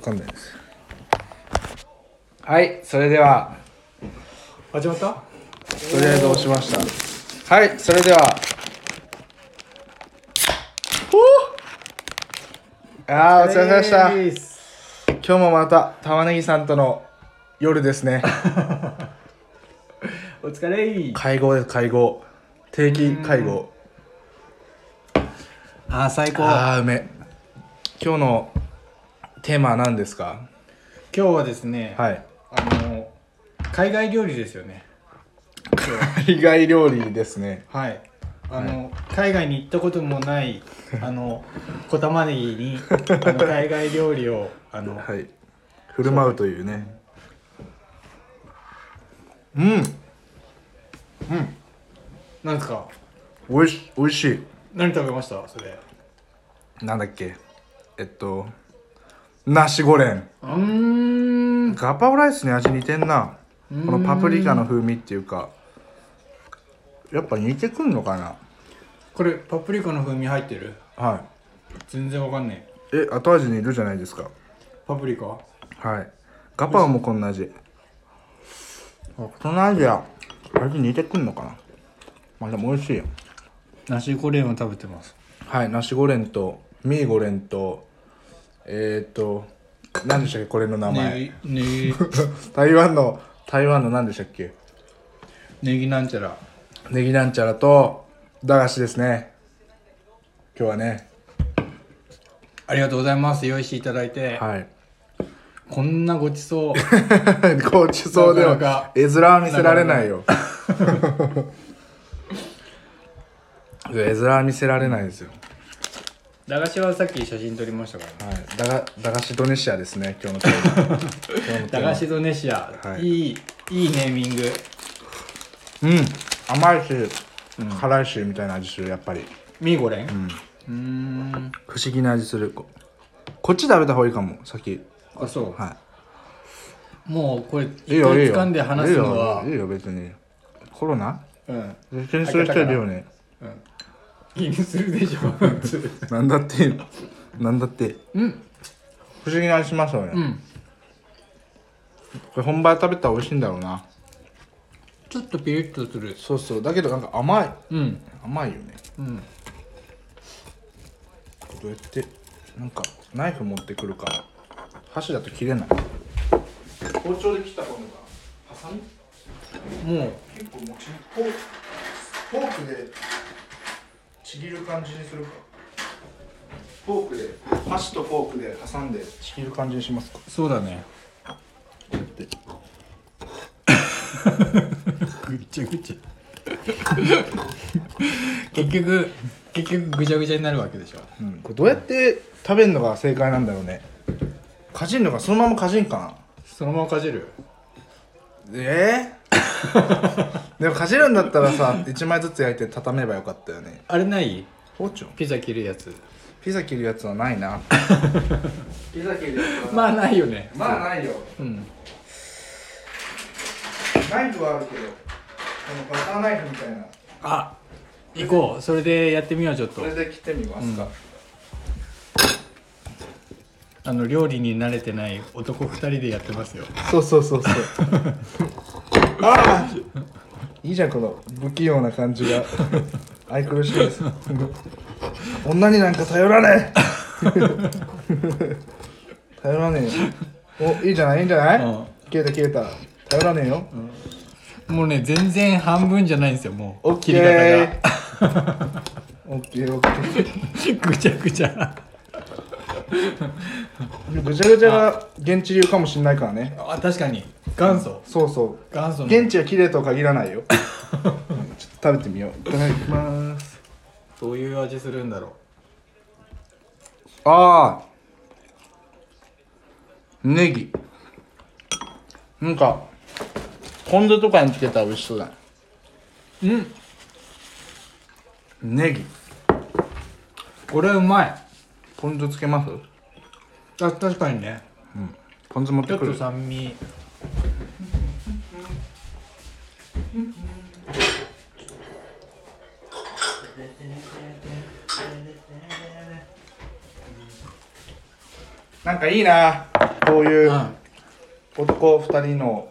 かんないですはいそれでは始まったとりあえず押しましたはいそれではああお疲れ様でしたえ今いっす日もまた玉ねぎさんとの夜です ねお疲れい会合です会合定期会合あー最高今ああうめ今日のテーマは何ですか日はですね、はい あの海外料理ですよね海外料理ですねはいあの、海外に行ったこともないあの小玉ねぎにあの海外料理をあのはい振る舞うというねうんなんですかおいしおいし何食べましたそれいなんだっけえっとナシゴレンうーんガパオライスに味似てんなこのパプリカの風味っていうかやっぱ似てくんのかなこれパプリカの風味入ってるは全然わかんねえいえ後味にいるじゃないですかパプリカはいガパオもこんな味この味は味似てくんのかなまあでも美味しいよナシゴレンを食べてますはい、ナシゴレンとミーゴレンとえっ、ー、と何でしたっけこれの名前、ネギネギ台湾の台湾の何でしたっけネギなんちゃらネギなんちゃらと駄菓子ですね今日はねありがとうございます用意していただいて、はいこんなごちそう ごちそうでなかなはか絵面は見せられないよ 絵面は見せられないですよ、駄菓子はさっき写真撮りましたからねはい、駄菓駄菓子ドネシアですね今日のテ ーマ今日のテ駄ーマ菓子ドネシア、はいい、いいいネーミングうん甘いし、辛いしみたいな味するやっぱりミーゴレンうんん不思議な味するここっち食べた方がいいかも先あそう、はもうこれいい一回掴んで話すのはいいよいいよ別にコロナうん気にする人いるよね気にす るでしょ普通なんだってなんだってうん不思議な味しますよね、んこれ本場で食べたら美味しいんだろうなちょっとピリッとするそうそうだけどなんか甘いうん甘いよねうんどうやってなんかナイフ持ってくるから箸だと切れない包丁で切った方がハサミもう結構もちフォーフォークでちぎる感じにするかフォークで箸とフォークで挟んでちぎる感じにしますかそうだねこうやって ぐっちゃ ぐちゃ結局結局ぐちゃぐちゃになるわけでしょうんこれどうやって食べるのが正解なんだろうねかじんのかそのままかじんかそのままかじるなえ ー、でもかじるんだったらさ1枚ずつ焼いて畳めばよかったよねあれない包丁ピザ切るやつピザ切るやつはないなピザ切るやつまあないよねまあないようんナイフはあるけどこのバターナイフみたいなあ行こうそれでやってみようちょっとこれで切ってみますか、あの料理に慣れてない男2人でやってますよそうそうそう そうああいいじゃんこの不器用な感じが愛くるしいです女になんか頼らねえ頼らねえよおいいじゃないいいんじゃない、うん消えた消えた頼らねえよ、もうね全然半分じゃないんですよもオうッ切ケりー方オッケーオッケーが ぐちゃぐちゃぐちゃぐちゃが現地流かもしんないからねあ確かに元祖そうそう元祖の現地は綺麗とは限らない よちょっと食べてみよういただきますどういう味するんだろああネギなんかポン酢とかにつけたら美味しそうだねううんネギこれうまいポン酢つけますあ確かにねポン酢持っちてょっくとる酸味なんかいいなこういううん男2人の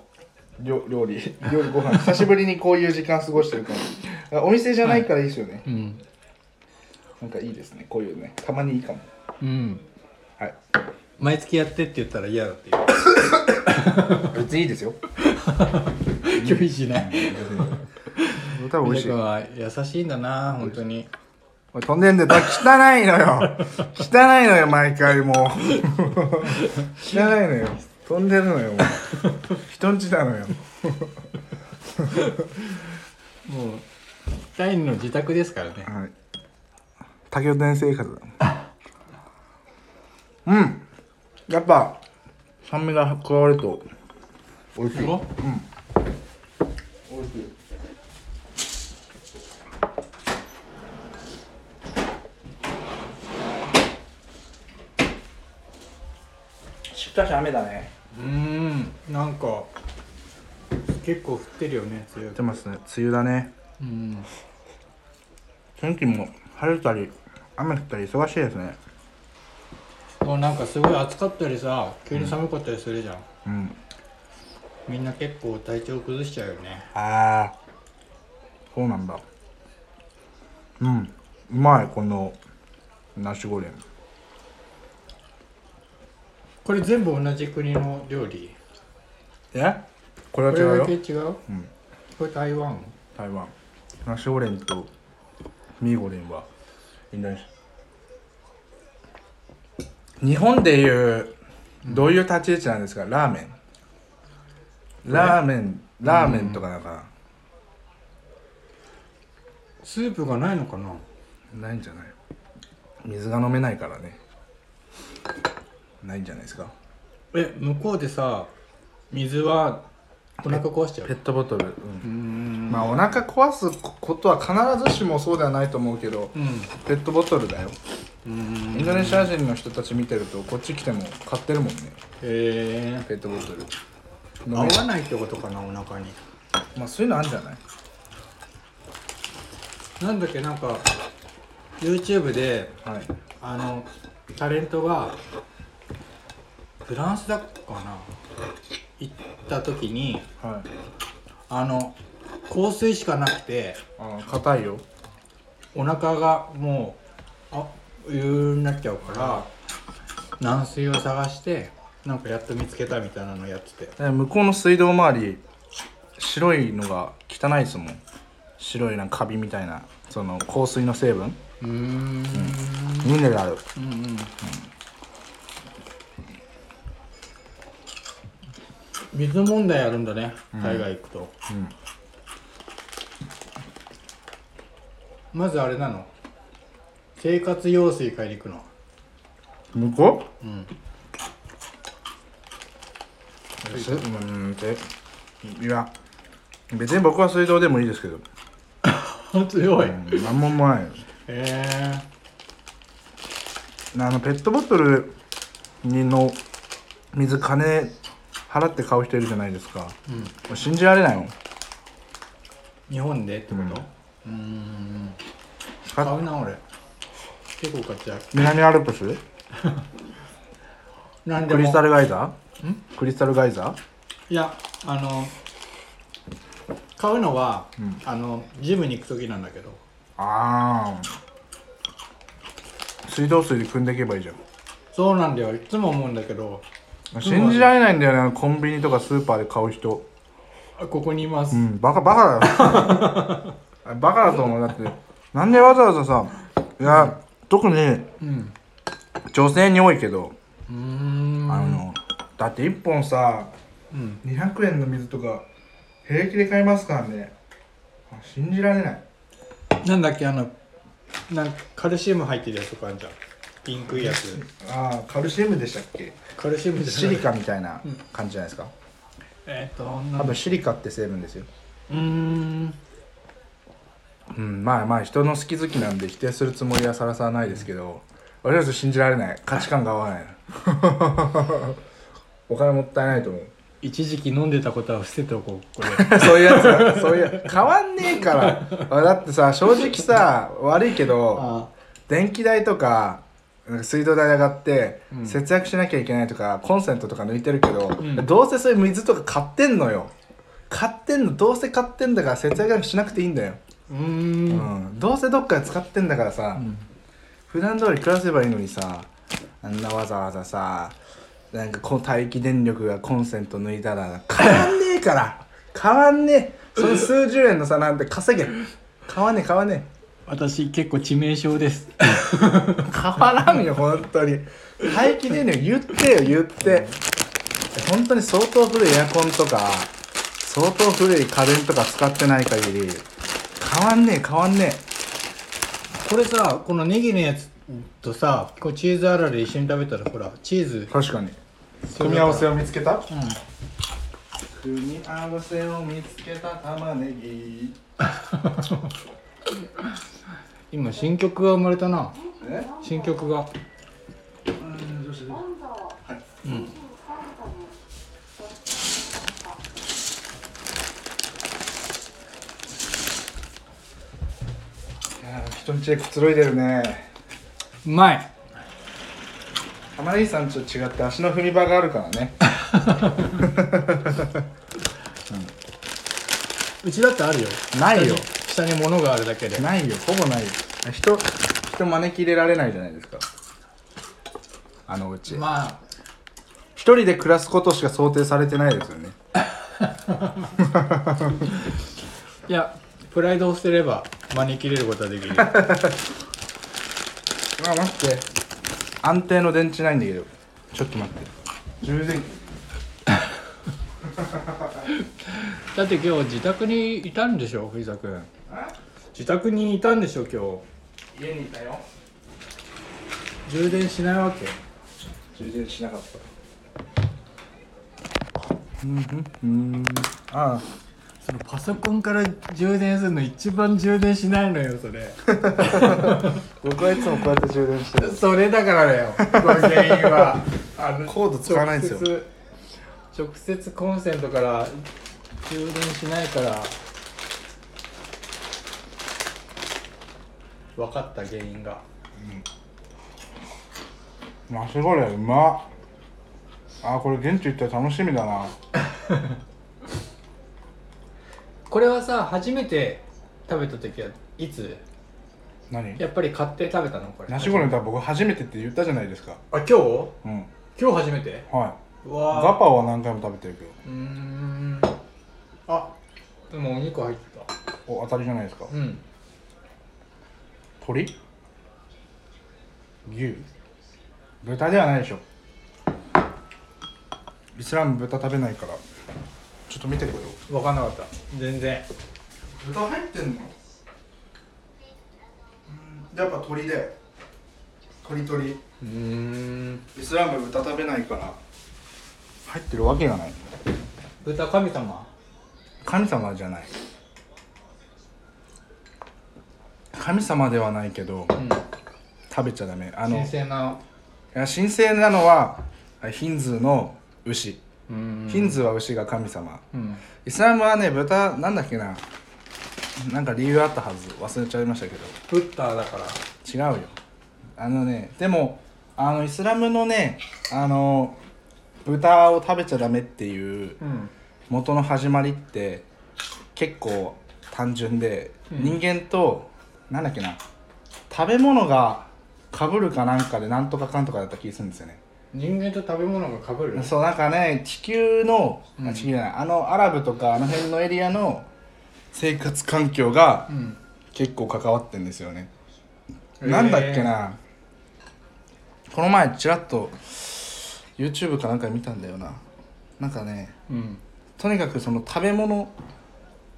料料理 料理ご飯久しぶりにこういう時間過ごしてるからあお店じゃないからいいですよね、うんなんかいいですねこういうねたまにいいかもうんはい毎月やってって言ったら嫌だって別にいいですよ言 う拒否しない 多分美味美味ししいは優しいんだな本当におい飛んでんでだ汚いのよ 汚いのよ毎回もう汚いのよ飛んでるのよもう人んちなのよもう第二の自宅ですからねはい。竹雄伝生活だ。 うん。やっぱ酸味が加わると美味しい。うん。美味しい。しかし雨だね。うんなんか結構降ってるよね強出ますね。梅雨だね。うん天気も晴れたり雨降ったり忙しいですね。もうなんかすごい暑かったりさ急に寒かったりするじゃん、うん。みんな結構体調崩しちゃうよねああそうなんだうんうまいこのナシゴレンこれ全部同じ国の料理えこれはこ違れうだよけ違う、んこれ台湾台湾ナシゴレンとミーゴレンはインドネシア日本でいうどういう立ち位置なんですかラーメンラーメンラーメンとかなんかスープがないのかなないんじゃない水が飲めないからねないんじゃないですかえ向こうでさ水はお腹壊しちゃペッうトボトル、うんうーんまあお腹壊すことは必ずしもそうではないと思うけどうんペットボトルだようーんインドネシア人の人たち見てるとこっち来ても買ってるもんねへえペットボトル合飲めわないってことかなお腹にまあそういうのあるんじゃないなんだっけなんか YouTube ではいあのタレントがフランスだっけかな行った時にはいあの香水しかなくてあー硬いよお腹がもうあゆーになっちゃうから軟水を探してなんかやっと見つけたみたいなのやっててえ向こうの水道周り白いのが汚いですもん白いなんかカビみたいなその香水の成分うーんミネラルうんうん水問題あるんだね海外行くと、んまずあれなの生活用水買いに行くの向こううんすうんっていや別に僕は水道でもいいですけど、強いへうん、何もないよえあのペットボトルにの水金払って買う人いるじゃないですかうんもう信じられないもん日本でってことうーん買うな俺結構買っちゃう南アルプスなんでクリもスタルガイザーんクリスタルガイザーいやあの買うのは、あのジムに行く時なんだけどああ水道水で汲んでいけばいいじゃんそうなんだよいつも思うんだけど信じられないんだよねあのコンビニとかスーパーで買う人あここにいまうす、んバカバカ だよバカだと思うだってなんでわざわざさいや特にうん、女性に多いけどうーんあのだって1本さうん200円の水とか平気で買いますからねあ信じられないなんだっけあのなんかカルシウム入ってるやつとかあるじゃんピンクいやつああカルシウムでしたっけカルシウムじゃないシリカみたいな感じじゃないですか、えーっとなん多だ分シリカって成分ですようーんうんまあまあ人の好き好きなんで否定するつもりはさらさらないですけど俺らと信じられない価値観が合わない お金もったいないと思う 一時期飲んでたことは伏せておこうこれそういうやつだそういう変わんねえからあだってさ正直さ悪いけどあ電気代とかなんか水道代上がって、うん節約しなきゃいけないとかコンセントとか抜いてるけど、んどうせそういう水とか買ってんのよ買ってんのどうせ買ってんだから節約なんかしなくていいんだよ、ううんんどうせどっかで使ってんだからさ、ん普段通り暮らせばいいのにさあんなわざわざさなんかこう待機電力がコンセント抜いたら変わんねえから変わんねえその数十円のさなんて稼げ変わんねえ変わんねえ私結構致命傷です変わらんよ本当に廃棄電力言ってよ言って本当に相当古いエアコンとか相当古い家電とか使ってない限り変わんねえ変わんねこれさこのネギのやつとさこうチーズあられ一緒に食べたらほらチーズえ確かに組み合わせを見つけた組み合わせを見つけた玉ねぎ今新曲が生まれたなえ新曲がいやー人んちでくつろいでるねうまい玉ねぎさんちと違って足の踏み場があるからねうちだってあるよ ないよ下に物があるだけでないよほぼないよ人人招き入れられないじゃないですかあのうち、まあ一人で暮らすことしか想定されてないですよねいやプライドを捨てれば招き入れることはできるあ待って安定の電池ないんだけどちょっと待って充電器だって今日自宅にいたんでしょ藤田君自宅にいたんでしょ今家にいたよ日充電しないわけ充電しなかったうんうんあそのパソコンから充電するの一番充電しないのよそれ僕はいつもこうやって充電してる それだからだよこの原因は あのコード使わないんですよ直接直接コンセントから充電しないから分かった原因がマシゴレうまっあーこれ現地行ったら楽しみだなこれはさ初めて食べた時はいつ何やっぱり買って食べたのこれナシゴレンだ僕初めてって言ったじゃないですかあ今日うん今日初めてはういわーガパオは何回も食べてるけどうーんあでもお肉入ってたお当たりじゃないですかうん鳥牛豚ではないでしょイスラム豚食べないからちょっと見てこよう分かんなかった全然豚入ってんのうんやっぱ鳥だよ鳥鳥イうーんスラム豚食べないから入ってるわけがない豚神様神様じゃない神様ではないけどうん食べちゃダメあの神聖ないや神聖なのはあヒンズーの牛うんヒンズーは牛が神様うんイスラムはね豚なんだっけななんか理由あったはず忘れちゃいましたけどブッダーだから違うよあのねでもあのイスラムのねあの豚を食べちゃダメっていううん元の始まりって結構単純で、う人ん間となんだっけな食べ物がかぶるかなんかでなんとかかんとかだった気がするんですよね、人間と食べ物が被るそうなんかね地球の、うんあ地球じゃないあのアラブとかあの辺のエリアの生活環境がうん結構関わってんですよね、へーなんだっけなこの前ちらっと YouTube かなんかで見たんだよななんかねうんとにかくその食べ物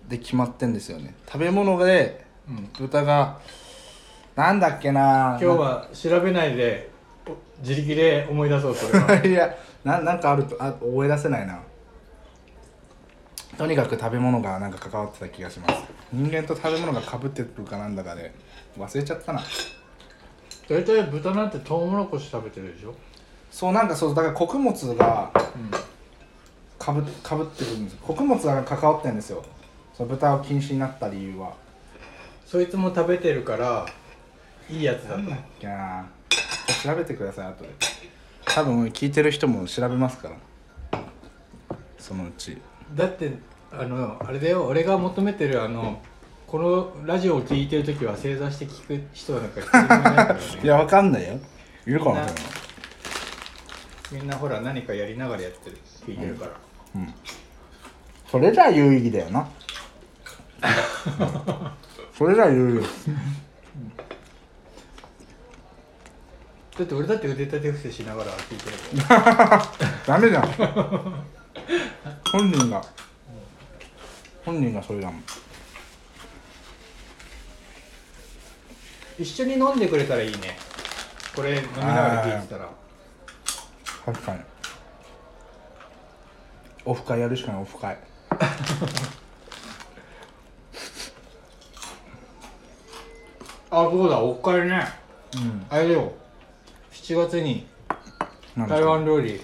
で決まってんですよね食べ物でうん豚がなんだっけな今日は調べないでお自力で思い出そうそれ はいやななんかあるとあ思い出せないなとにかく食べ物がなんか関わってた気がします人間と食べ物がかぶってるかなんだかで忘れちゃったな大体豚なんてトウモロコシ食べてるでしょそうなんかそうだから穀物がうんかぶかぶってくるんですよ穀物が関わってるんですよその豚を禁止になった理由はそいつも食べてるからいいやつだといや調べてください後で多分聞いてる人も調べますからそのうちだってあのあれだよ俺が求めてるあのこのラジオを聞いてる時は正座して聞く人なんか一人もいないから ねいやわかんないよいるかもしれないみんなほら何かやりながらやってる聞いてるから、それじゃ有意義だよなうんそれじゃ有意義だって俺だって腕立て伏せしながら聞いてるもんダメじゃん 本人が本人がそれだもん一緒に飲んでくれたらいいねこれ飲みながら聞いてたら確かにオフ会やるしかないオフ会あそうだおっかえねうんあれだよ7月になんです台か湾料理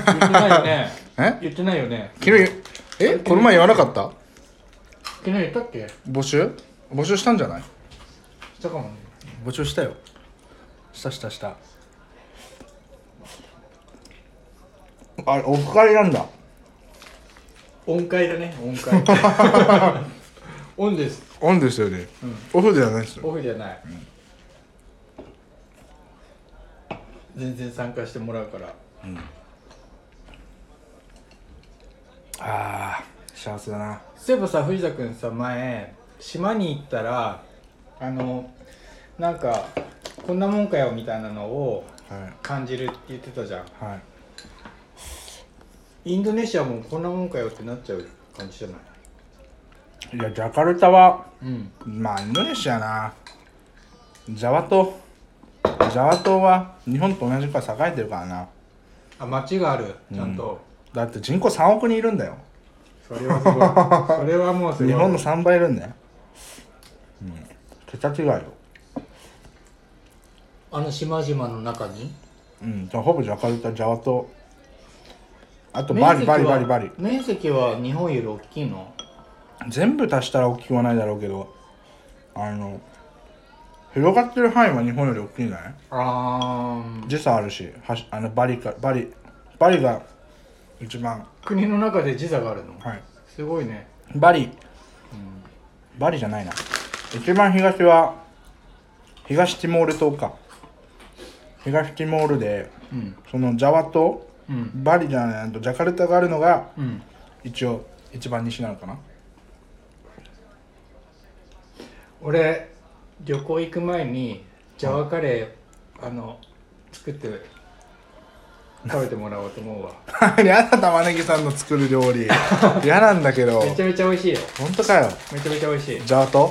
言ってない よねえ言ってないよね昨日えこの前言わなかった昨日言ったっけ募集募集したんじゃないしたかもね募集したよしたしたしたあれオフ会なんだ音階だね音階 オンですオンですよね、オフではないですオフじゃない、全然参加してもらうからああ幸せだなそういえばさ藤田君さ前島に行ったらあのなんかこんなもんかよみたいなのをはい感じるって言ってたじゃんはいインドネシアもこんなもんかよってなっちゃう感じじゃないいやジャカルタはうんまあインドネシアなジャワ島ジャワ島は日本と同じくらい栄えてるからなあ街があるちゃんと、だって人口3億人いるんだよそれ はすごいそれはもうすごい日本の3倍いるんだよ、うん、桁違いよあの島々の中にうんじゃあほぼジャカルタジャワ島あとバリバリバリバリ面積は日本より大きいの全部足したら大きくはないだろうけどあの広がってる範囲は日本より大きいんじゃないあ時差あるしはしあのバリかバリバリが一番国の中で時差があるのはいすごいねバリ、バリじゃないな一番東は東ティモール島か東ティモールでうんそのジャワ島うんバリじゃないあとジャカルタがあるのがうん一応一番西なのかな 俺旅行行く前にジャワカレーあの作って食べてもらおうと思うわやだ玉ねぎさんの作る料 理嫌なんだけどめちゃめちゃ美味しいよ本当かよめちゃめちゃ美味しい、うん、ジャワ島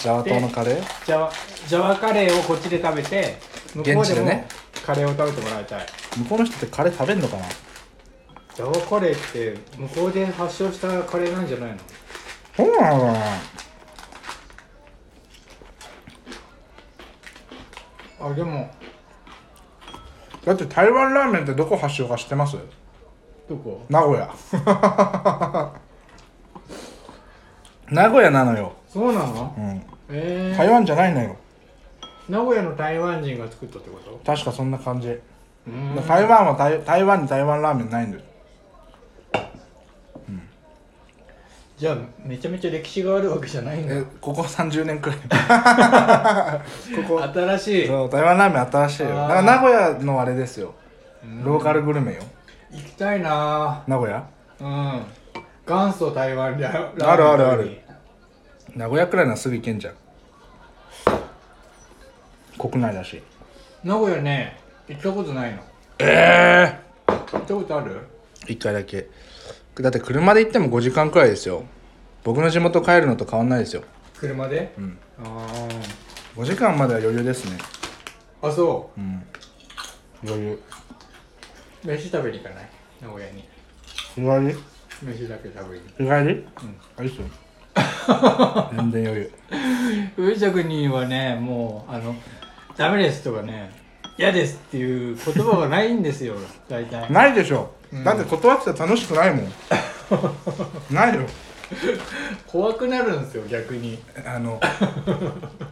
ジャワ島のカレージャワジャワカレーをこっちで食べて向こう現地ででもねカレーを食べてもらいたい向こうの人ってカレー食べんのかなジャワカレーって向こうで発祥したカレーなんじゃないのそうなのかなあでもだって台湾ラーメンってどこ発祥か知ってますどこ名古屋名古屋なのよ、そうなのうん、え台湾じゃないのよー、名古屋の台湾人が作ったってこと確かそんな感じうーん台湾は台台湾に台湾ラーメンないんですじゃあめちゃめちゃ歴史があるわけじゃないんだえここ30年 くらいここ新しい行そう台湾ラーメン新しいよだあーから名古屋のあれですよローカルグルメよきたいな名古屋ぁうん元祖台湾ララーメンあるあるある名古屋くらいならすぐ行けんじゃん国内だし名古屋ね行ったことないのええ行ったことある一回だけだって車で行っても5時間くらいですよ僕の地元帰るのと変わんないですよ車でうんあー5時間までは余裕ですねあそうん余裕う飯食べに行かない名古屋に日帰り飯だけ食べに日帰りあれ っすよ全然余裕上田君にはねもうあの「ダメです」とかね「嫌です」っていう言葉がないん ですよ大 体ないでしょ、だって断ってたら楽しくないもんないよ怖くなるんですよ逆にあの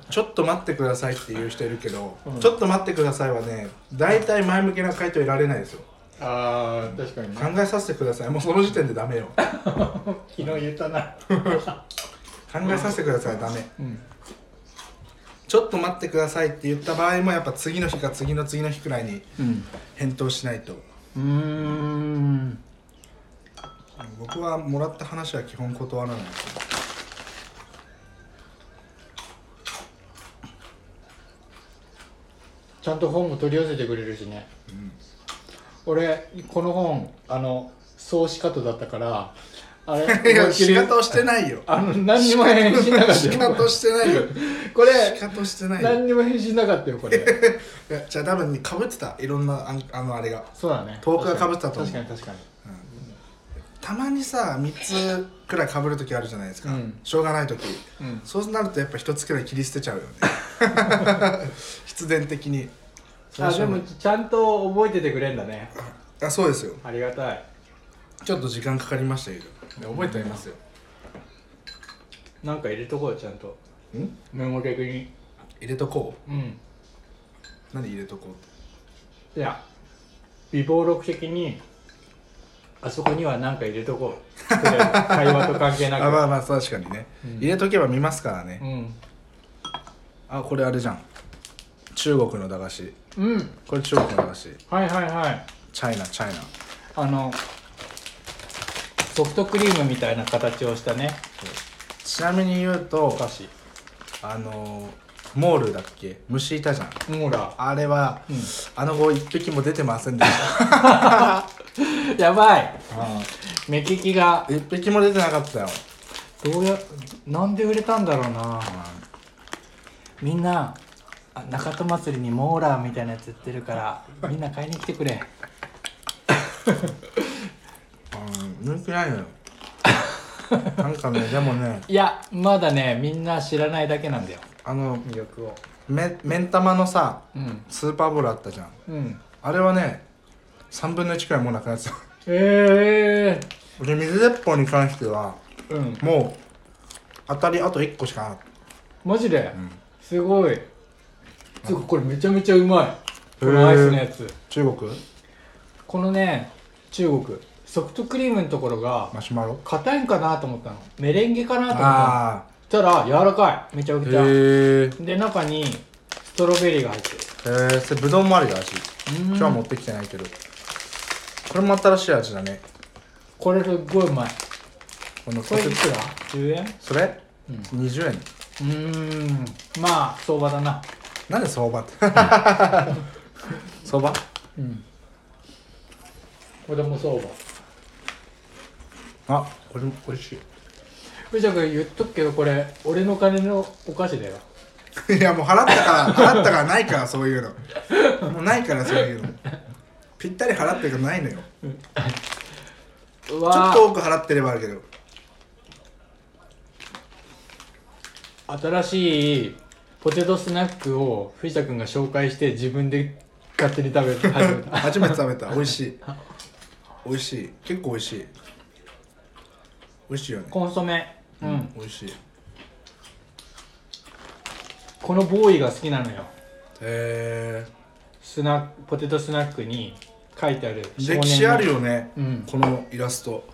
ちょっと待ってくださいって言う人いるけど、ちょっと待ってくださいはね大体前向きな回答いられないですよああ確かに考えさせてくださいもうその時点でダメよ考昨日言ったなえさせてくださいはダメ、ちょっと待ってくださいって言った場合もやっぱ次の日か次の次の日くらいにうん返答しないと うーん僕はもらった話は基本断らないですよちゃんと本も取り寄せてくれるしね、俺この本あの総仕方だったからあれ いや仕方してないよあの何にも返信なか った仕よ方してない よこれ仕方してないよ何にも返信なかったよこ れいやじゃあ多分ねかぶってたいろんなあんあのあれがそうだね遠くが被ってたと思う確かに確かにたまにさ3つくらいかぶる時あるじゃないですか、うんしょうがない時、うんそうなるとやっぱ1つくらい切り捨てちゃうよね 必然的にあでもちゃんと覚えててくれんだねあそうですよありがたいちょっと時間かかりましたけどね覚えてありますよなんか入れとこうよちゃんとんメモ逆に入れとこうんう何入れとこうっていや微暴録的にあそこには何か入れとこ うとりあえず会話と関係なくあまあまあ確かにね、うん入れとけば見ますからね、うんあこれあれじゃん中国の駄菓子うんこれ中国の駄菓子はいはいはいチャイナチャイナあのソフトクリームみたいな形をしたねちなみに言うおと菓子あのーモールだっけ虫いたじゃんほらあれは、うんあの後一匹も出てませんでしやばいた目利きが 一匹も出てなかったよどうやなんで売れたんだろうなみんなあ中戸祭りにモーラーみたいなやつ売ってるからみんな買いに来てくれうん抜けないのよなんかねでもねいやまだねみんな知らないだけなんだよあの魅力をめ目ん玉のさうんスーパーボールあったじゃんうんあれはね3分の1くらいもうなくなってたええで水鉄砲に関してはうんもう当たりあと1個しかなかっマジで、んすごいつうかこれめちゃめちゃうまいこのアイスのやつた中国このね中国ソフトクリームのところがマシュマロ硬いんかなと思ったのメレンゲかなと思ったのあそしたら柔らかいめちゃあくへちゃえで中にストロベリーが入ってるへえそれぶどうもあるよ味今日は持ってきてないけどこれも新しい味だねこれすっごいうまいこのこれいくら ?10 円それ、20円うーんまあ相場だななん で相場って相場うんこれも相場あこれも美味し藤田君言っとくけどこれ俺の金のお菓子だよいいやもう払ったから払ったからないからそういうのもうないからそういうのぴったり払ってるからないのよちうょわっと多く払ってればあるけどー新しいポテトスナックを藤田君が紹介して自分で勝手に食べる始 め初めたて食べた美味しい美味しい結構美味しい美味しいよねコンソメうん美味しいへこのボーイが好きなのよえスナックポテトスナックに書いてある少年の歴史あるよね、うんこのイラスト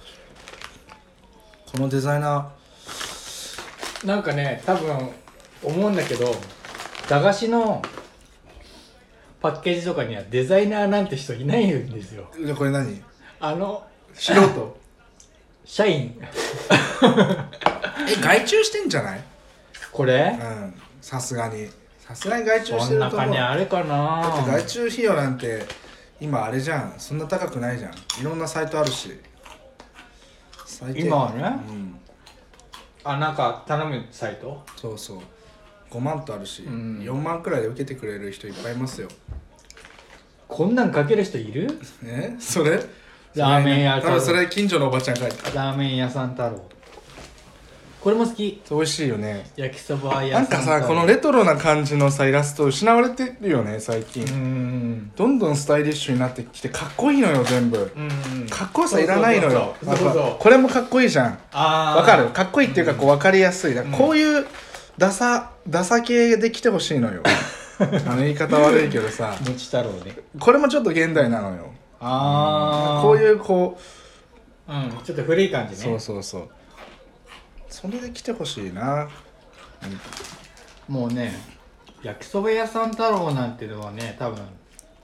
このデザイナなんかね多分思うんだけど駄菓子のパッケージとかにはデザイナーなんて人いないんですよーでこれ何あの素人 社員え外注してんじゃないこれうんさすがにさすがに外注しこてるんと中思うにあれかなだって外注費用なんて今あれじゃんそんな高くないじゃんいろんなサイトあるし最低限今はねうん、あなんか頼むサイトそうそう5万とあるし、ん4万くらいで受けてくれる人いっぱいいますよこんなんかける人いるえそれラーメン屋多分それ近所のおばちゃん書いてラーメン屋さん太郎これも好き美味しいよね焼きそばな屋んさかんさこのレトロな感じのさイラスト失われてるよね最近、うんどんどんスタイリッシュになってきてかっこいいのよ全部うんかっこよさいらないのよそうそうそうそうやっぱこれもかっこいいじゃんあーわかるかっこいいっていうかこう分かりやすいだからこういうダサダサ系で来てほしい のよあの言い方悪いけどさムチ太郎でこれもちょっと現代なのよああこうう、いうこううん、ちょっと古い感じねそうそうそうそれで来てほしいなもうね焼きそば屋さん太郎なんてのはね多分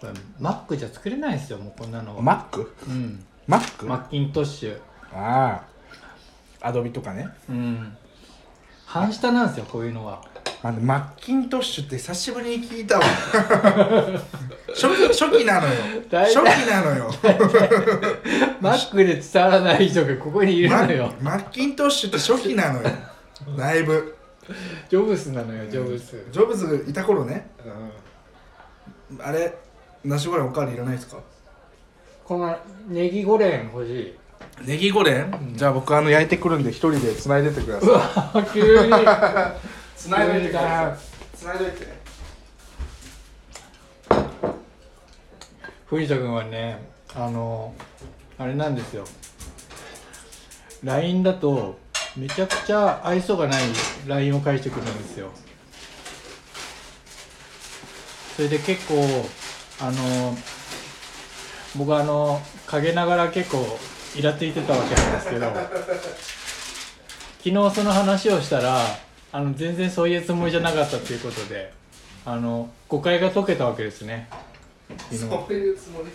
これマックじゃ作れないですよもうこんなのはマックうんマックマッキントッシュああアドビとかねうん半下なんですよこういうのはあのマッキントッシュって久しぶりに聞いた わ初期初期なのよ大初体期なの よマックで伝わらない人がここにいるマのよッマッキントッシュって初期なのよだいぶジョブスなのよジョブスジョブズいた頃ね、あれナシゴレンおかわりいらないですかこのネギゴレン欲しいネギゴレン、じゃあ僕あの焼いてくるんで一人で繋いでてくださいあ 急に繋いでいてください繋いでいて藤田君はねあのあれなんですよ LINE だとめちゃくちゃ愛想がない LINE を返してくるんですよそれで結構あの僕あの陰ながら結構イラついてたわけなんですけど昨日その話をしたらあの全然そういうつもりじゃなかったということであの誤解が解けたわけですねそういうつもり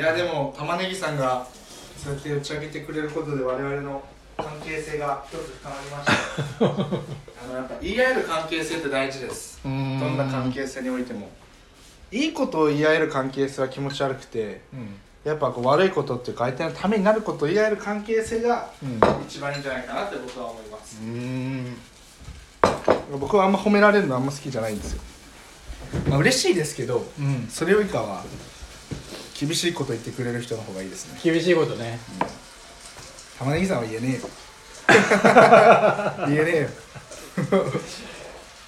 いやでも玉ねぎさんがそうやって打ち上げてくれることで我々の関係性が一つ深まりました あのやっぱ言い合える関係性って大事ですどどんんな関係性においてもいいことを言い合える関係性は気持ち悪くてうやっぱこう悪いことっていうか相手のためになることを言い合える関係性がん一番いいんじゃないかなって僕は思いますうん僕はあんま褒められるのあんま好きじゃないんですよまあ嬉しいですけどうんそれよりかは厳しいこと言ってくれる人の方がいいですね厳しいことね玉ねぎさんは言えね えよ言えねえよ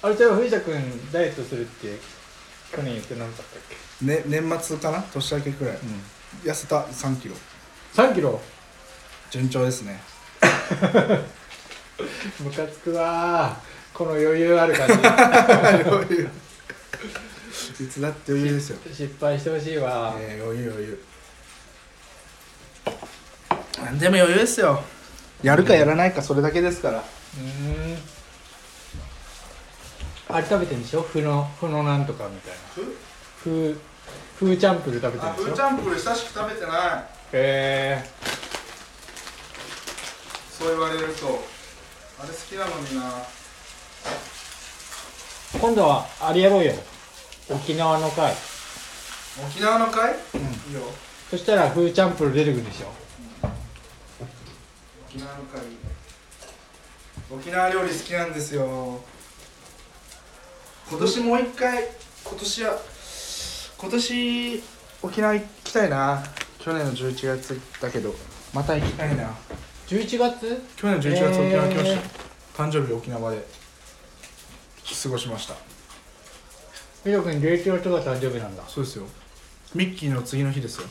あれじゃあ藤田君ダイエットするって去年言ってなかったっけね年末かな年明けくらい、痩せた3キロ3キロ順調ですねムカつくわーこの余裕ある感余裕いつだって余裕ですよ、じ失敗してほしいわ、えー、余裕余裕なんでも余裕ですよやるかやらないかそれだけですからうーんあれ食べてんでしょふのふのなんとかみたいなふふーチャンプル食べてんでしょャンプル久しく食べてないへえそう言われるとあれ好きなのになー、今度はあれやろうよ沖縄の会沖縄の会、いいよそしたらフーチャンプル出てくるでしょ沖縄の会沖縄料理好きなんですよ今年もう一回今年は今年沖縄行きたいな去年の11月だけどまた行きたいな11月去年の11月沖縄来ました、え誕生日沖縄で過ごしましたミロ君11月が誕生日なんだそうですよミッキーの次の日ですよ、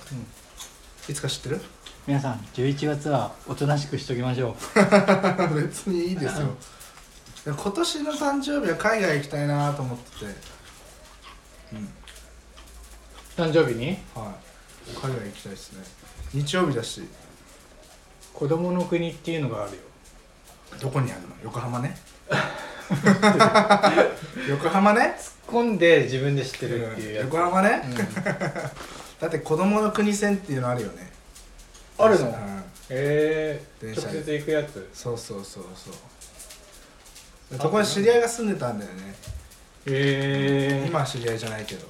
いつか知ってる皆さん11月はおとなしくしときましょ 別にいいですよ いや今年の誕生日は海外行きたいなと思っててう誕生日にはい海外行きたいですね日曜日だし子供の国っていうのがあるよどこにあるの横浜 ね横浜ね今で自分で知ってるっていうやつ、横浜ね、だって子供の国線っていうのあるよねあるのうんええ電ー、車直で接行くやつそうそうそうそうそこに知り合いが住んでたんだよねええー、今は知り合いじゃないけど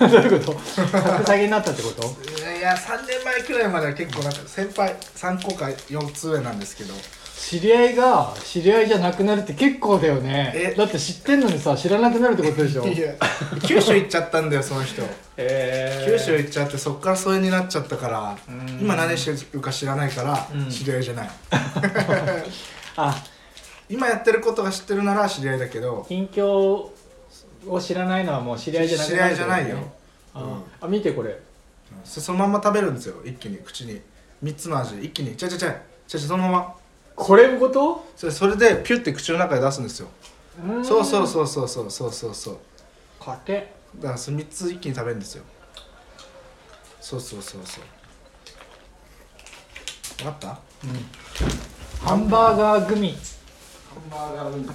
今 どういうこと格下げになったってこといや3年前くらいまでは結構なんか先輩3個か4つ上なんですけど知り合いが知り合いじゃなくなるって結構だよねえだって知ってんのにさ知らなくなるってことでしょい や九州行っちゃったんだよその人え九州行っちゃってそっから疎遠になっちゃったからん今何してるか知らないから知り合いじゃない、あ今やってることが知ってるなら知り合いだけど近況を知らないのはもう知り合いじゃなくる知り合いじゃないよあ,、うんあ見てこれそそのまんま食べるんですよ一気に口に3つの味一気にちゃちゃちゃちゃちゃそのままこれごとそれそれでピュッて口の中で出すんですよそうそうそうそうそうそうそうそう勝てだからその3つ一気に食べるんですよそうそうそうそう分かったハハンバーガーグミンバーガー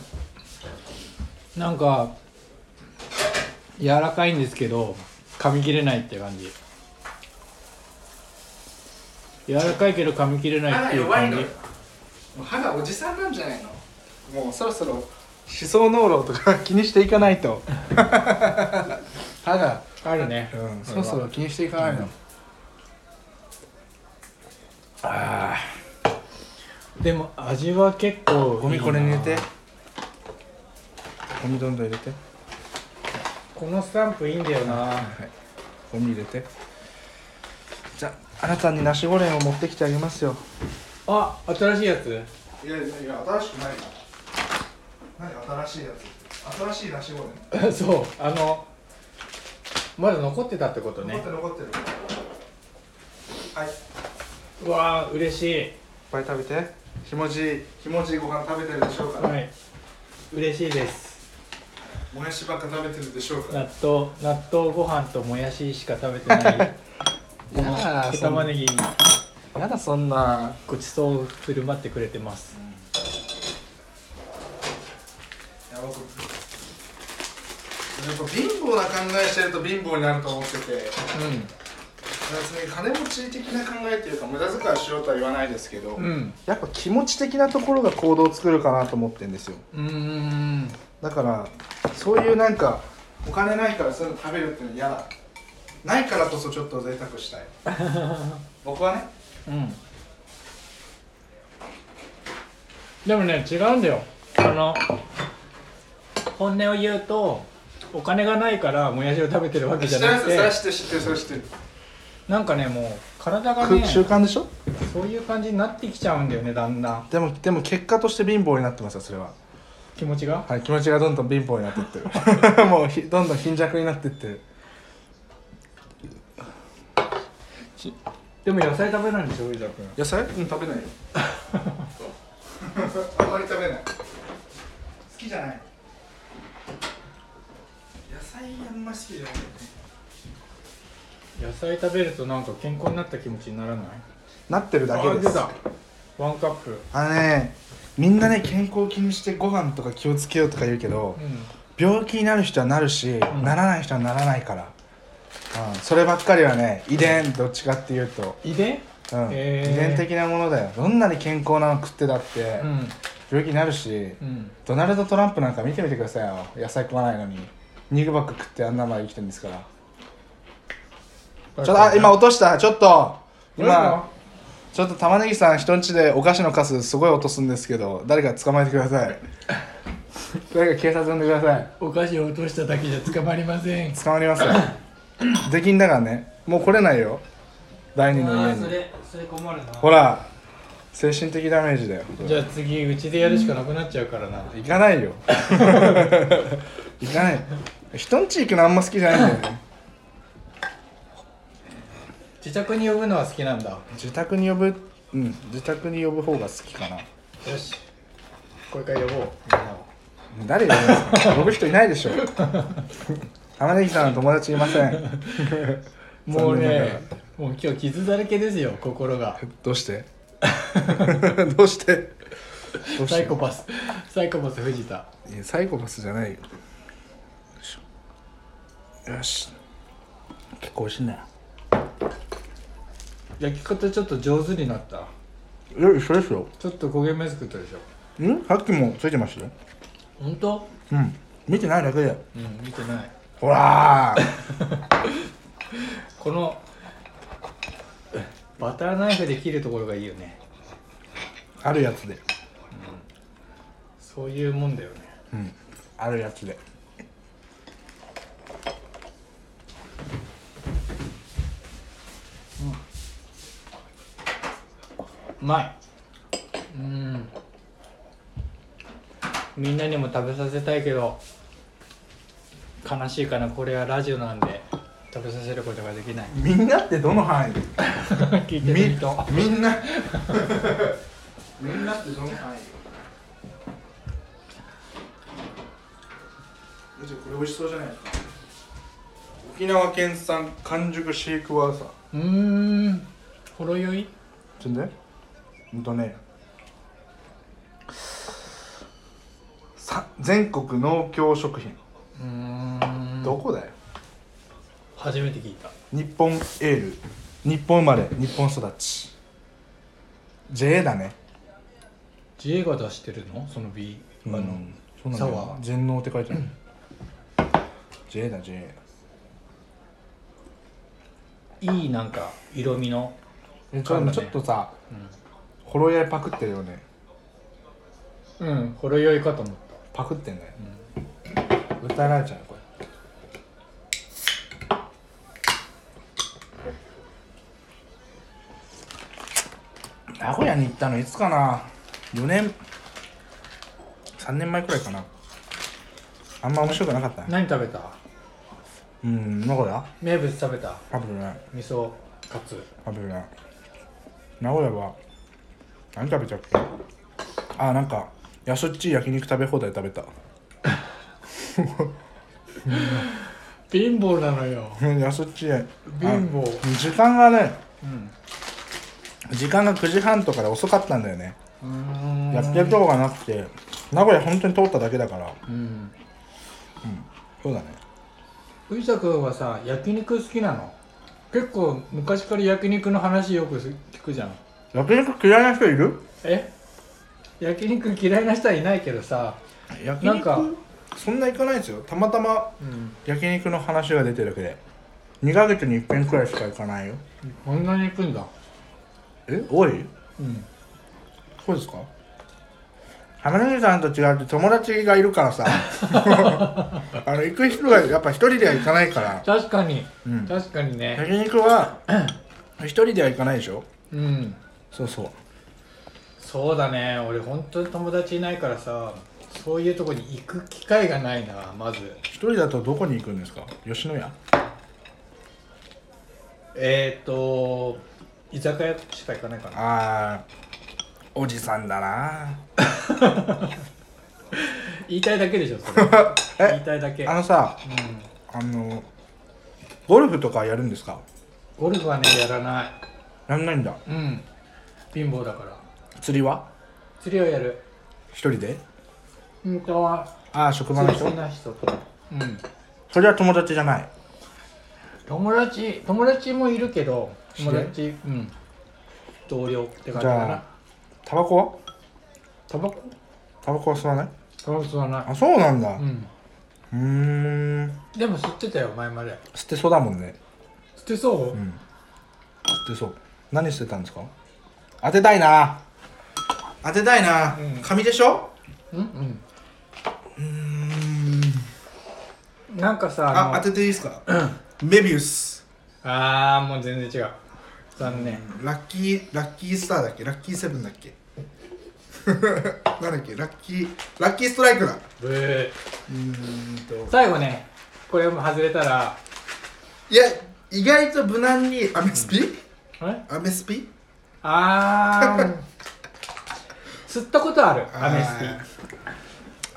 なんか柔らかいんですけど噛み切れないって感じ柔らかいけど噛み切れないっていう感じ歯がおじさんなんじゃないのもうそろそろ思想濃漏とか気にしていかないと歯が、あるねうん、そろそろ気にしていかないの、でも味は結構ゴミこれに入れてゴミどんどん入れてこのスタンプいいんだよなゴミ入れてじゃああなたにナシゴレンを持ってきてあげますよあ新しいやついやいやいや新しくないよ何新しいやつ新しいナシゴレン そうあのまだ残ってたってことねてる残ってるはいうわー嬉しいっぱい食べてひもじいひもじいご飯食べてるでしょういから、はい嬉しいですもやしばっか食べてるでしょうから納豆納豆ご飯ともやししか食べてない このや毛玉ねぎにやだそんなごちそうを振る舞ってくれてますいや僕やっぱ貧乏な考えしてると貧乏になると思ってて別に金持ち的な考えというか無駄遣いしようとは言わないですけど、うんうんやっぱ気持ち的なところが行動を作るかなと思ってんですようーんだからそういうなんかお金ないからそういうの食べるっていうの嫌だないからこそちょっと贅沢 したい僕はねうんでもね違うんだよあの本音を言うとお金がないからもやしを食べてるわけじゃなく知っててる知ってる知ってるそれ知ってるなんかねもう体がくね習慣でしょそういう感じになってきちゃうんだよねだんだんでもでも結果として貧乏になってますよそれは気持ちがはい気持ちがどんどん貧乏になってって るもうひどんどん貧弱になってってるでも野菜食べないんでしょ伊沢君野菜うん食べ ないよあんまり食べない好きじゃない野菜あんま好きじゃないよね野菜食べるとなんか健康になった気持ちにならないなってるだけですあ出たワンカップうんあのねみんなね健康を気にしてご飯とか気をつけようとか言うけど病気になる人はなるし、んならない人はならないから、うん、そればっかりはね遺伝どっちかっていうと、遺伝うんへー遺伝的なものだよどんなに健康なの食ってたって、うん病気になるし、うんドナルド・トランプなんか見てみてくださいよ野菜食わないのに肉ばっか食ってあんなまで生きてるんですからちょっとあ今落としたちょっと今ちょっと玉ねぎさん人んちでお菓子のカスすごい落とすんですけど誰か捕まえてくだ さい誰か警察呼んでくださいお菓子を落としただけじゃ捕まりません捕まりますよ出禁だからねもう来れないよ第二の家そにれそれ困るなほら精神的ダメージだよじゃあ次うちでやるしかなくなっちゃうからな行かないよ 行かない人んち行くのあんま好きじゃないんだよね自宅に呼ぶのは好きなんだよ自宅に呼ぶうん自宅に呼ぶ方が好きかなしこれから呼ぼう誰呼ぶんですか呼ぶ人いないでしょ玉ねぎさんの友達いませんもう残念なねもう今日傷だらけですよ心がどうして どうしてどうしてサイコパスサイコパス藤田いやサイコパスじゃないよよいしょよし結構美味しいね焼き方ちょっと上手になったよいしょですよちょっと焦げ目作ったでしょんさっきもついてましたよ本当うん見てないだけでうん見てないほらーこのバターナイフで切るところがいいよねあるやつでそういうもんだよねうんあるやつでうまいうんみんなにも食べさせたいけど悲しいかなこれはラジオなんで食べさせることができないみんなってどの範囲で 聞いてる人みんなみんなってその範囲じゃこれ美味しそうじゃないですか沖縄県産完熟シークワーサーうーんほろ酔いちょっとねほんとねさ全国農協食品、うーんどこだよ初めて聞いた日本エール日本生まれ日本育ち J だね J が出してるのその B あの、そうなんだよサワー全農って書いてある J だ J いいなんか色味のえちょ,、缶だねちょっとさ、ほろ酔いパクってるよねうんほろ酔いかと思ったパクってんだよ、歌られちゃうよこれ名古屋に行ったのいつかな4年3年前くらいかなあんま面白くなかったね何食べたうん名古屋名物食べたパブルね味噌カツ食べるな名古屋は何食べちゃっけあなんか安っちい焼肉食べ放題食べた 貧乏なのよ安っちい貧乏あ時間がねうん時間が9時半とかで遅かったんだよねうーんやってるとこがなくて名古屋本当に通っただけだからうんそうだね藤田君はさ焼肉好きなの結構昔から焼肉の話よくす聞くじゃん焼肉嫌いな人いるえ焼肉嫌いな人はいないけどさ焼なんかそんな行かないですよたまたまうん焼肉の話が出てるだけで2ヶ月に一遍くらいしか行かないよこんなに行くんだえ多いうんそうですか浜野さんと違って友達がいるからさ あの行く人がやっぱ一人では行かないから確かに、うん確かにね焼肉は一人では行かないでしょうんそうそうそうだね俺本当に友達いないからさそういうとこに行く機会がないなまず一人だとどこに行くんですか吉野家えっ、ー、と居酒屋しか行かないかなあーおじさんだな言いたいだけでしょそれ言い えたいだけ あのさうんあのゴルフとかやるんですかゴルフはねやらないやんないんだうん貧乏だから釣りは釣りをやる一人で本当はああ職場釣の人り好きな人とうんそれは友達じゃない友達友達もいるけど友達うん同僚って感じじかゃなあタバコはタバコタバコは吸わないタバコ吸わないあそうなんだうんうーんでも吸ってたよ前まで捨てそうだもんね吸ってそう、うん捨てそう何捨てたんですか当てたいな当てたいな、うん紙でしょうんうんなんかさああの当てていいです かメビウスあーもう全然違う残念ラッキーラッキースターだっけラッキーセブンだっけ なんだっけラッキーラッキーストライクだうブーーんと最後ねこれも外れたらいや意外と無難にアメスピ、えアメスピあー 吸ったことあるアメスあピ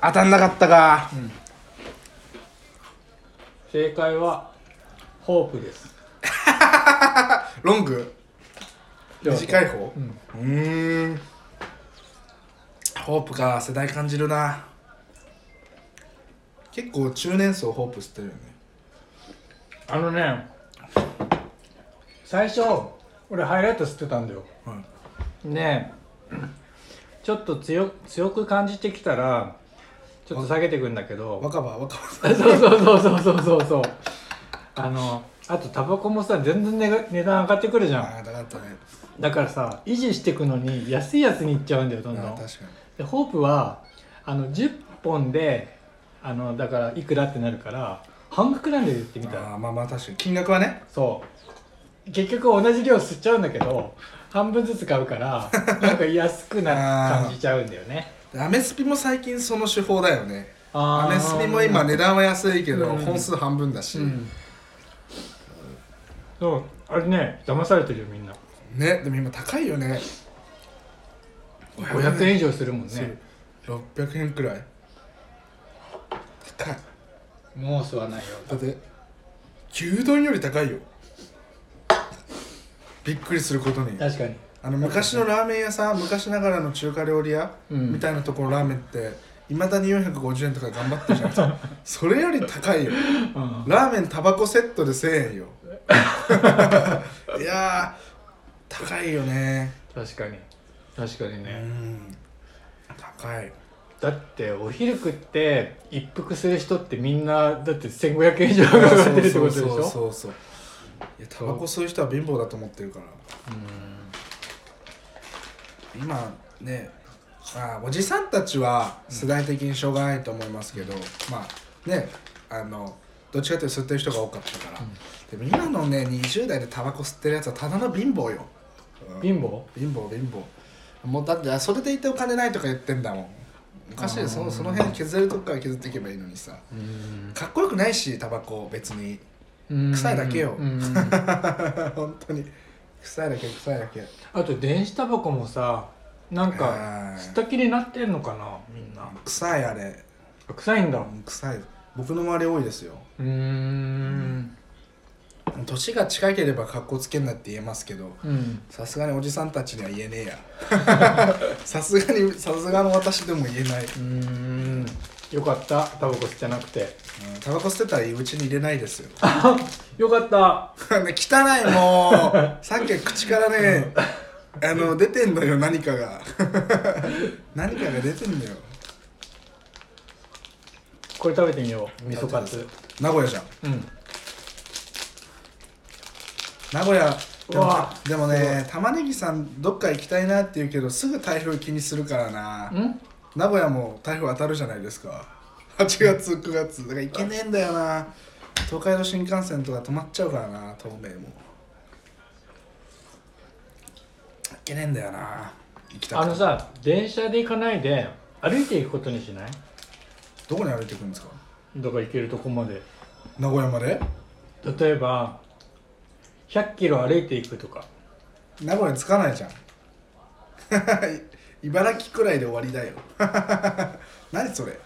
当たんなかったか、正解はホープですロング短い方うんうーんホープか世代感じるな結構中年層ホープ捨てるよねあのね最初俺ハイライト吸ってたんだよ、はねえちょっと強強く感じてきたらちょっと下げてくんだけど若葉若葉 そうそうそうそうそうそうそうあのあとタバコもさ全然値が値段上がってくるじゃんああだったねだからさ維持していくのに安いやつにいっちゃうんだよどんどああん確かにでホープはあの10本であのだからいくらってなるから半額なんだよ言ってみたらあーまあまあ確かに金額はねそう結局同じ量吸っちゃうんだけど半分ずつ買うからなんか安くなあー感じちゃうんだよねアメスピも最近その手法だよねあアーメスピも今値段は安いけどうん本数半分だし、うんそうあれね騙されてるよみんなねでも今高いよね500円以上するもんすねる600円くらい高いもう吸わないよだって牛丼より高いよびっくりすることに確かにあの昔のラーメン屋さん昔ながらの中華料理屋、うんみたいなところラーメンっていまだに450円とか頑張ってるじゃないですかそれより高いようんラーメンタバコセットで1000円よいやー高いよね確かに確かにうね、ん高 いだってお昼食って一服する人ってみんなだって1500円以上上がってるってことでしょそうそうそういやタバコ吸う人は貧乏だと思ってるから今ねまあおじさんたちは世代的にしょうがないと思いますけど、まあねあのどっちかというと吸ってる人が多かったから、でも今のね20代でタバコ吸ってるやつはただの貧乏よ、うん貧乏貧乏貧乏もうだってそれでいてお金ないとか言ってんだもん昔あーそのその辺削れるとこから削っていけばいいのにさかっこよくないしタバコ別に うん臭いだけようん本当に臭いだけ臭いだけあと電子タバコもさなんかはい吸った気になってんのかなみんな臭いあれあ臭いんだう臭い僕の周り多いですよーん年が近ければ格好つけんなって言えますけどうんさすがにおじさんたちには言えねえや さすがにさすがの私でも言えない、うーんよかったタバコ吸ってなく てうんタバコ捨てたらうちに入れないですよ よかったね汚いもうさっき口からねあの出てんのよ何かが 何かが出てんのよこれ食べてみよう味噌カツ名古屋じゃんうん名古屋でもうわでもね玉ねぎさんどっか行きたいなって言うけどすぐ台風気にするからなうん名古屋も台風当たるじゃないですか8月9月だから行けねえんだよな東海道新幹線とか止まっちゃうからな東名も行けねえんだよな行きたくあてのさ電車で行かないで歩いていくことにしないどこに歩いていくんですかだから行けるとこまで名古屋まで例えば100キロ歩いていくとか名古屋着かないじゃん 茨城くらいで終わりだよ 何それ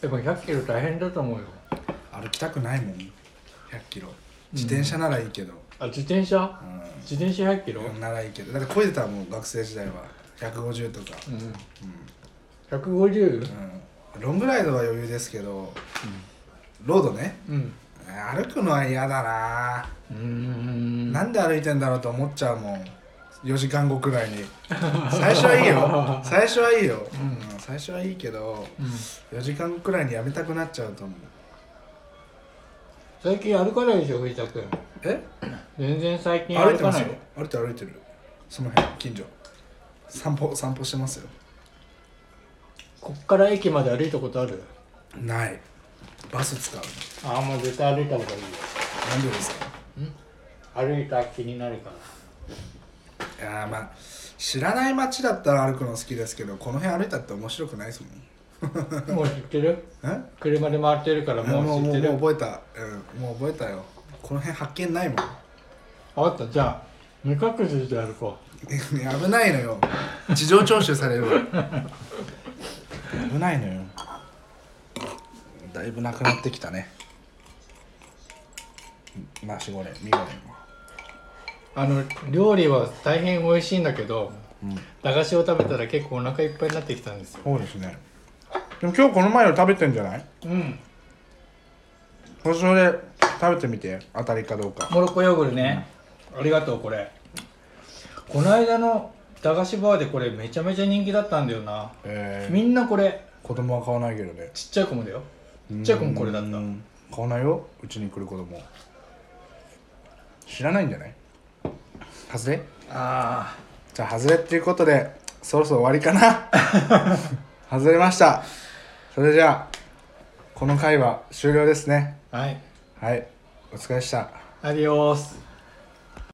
でも100キロ大変だと思うよ歩きたくないもん100キロ自転車ならいいけど、あ自転車うん自転車100キロならいいけどだからこいでたもん学生時代は150とか、うん150うん、ロングライドは余裕ですけど、ロードねうん歩くのは嫌だな、うーんなんで歩いてんだろうと思っちゃうもん4時間後くらいに最初はいいよ最初はいいよ、うん最初はいいけどうん4時間後くらいにやめたくなっちゃうと思う最近歩かないでしょ藤田君え全然最近歩歩いてかますないよ歩いてる歩いてるその辺近所散歩散歩してますよこっから駅まで歩いたことあるないバス使うああもう絶対歩いた方がいいよなんでですか歩いた気になるからいやーまあ知らない街だったら歩くの好きですけどこの辺歩いたって面白くないですもんもう知ってるえ車で回ってるからももううも知うってもるう覚えた、うん、もう覚えたよこの辺発見ないもん あったじゃあ目隠しして歩こ危ないのよ事情聴取されるわ危ないのよだいぶなくなってきたねまあしごれ見ごれうあの料理は大変美味しいんだけど、駄菓子を食べたら結構お腹いっぱいになってきたんですよそうですねでも今日この前の食べてんじゃないうんそれで食べてみて当たりかどうかモロッコヨーグルね、ありがとうこれこの間の駄菓子バーでこれめちゃめちゃ人気だったんだよなえーみんなこれ子供は買わないけどねちっちゃい子もだよちっちゃい子もこれだったうん買わないようちに来る子供知らないんじゃない外れあじゃあ外れっていうことでそろそろ終わりか な外れましたそれじゃあこの回は終了ですねあはいはいお疲れでしたアディオース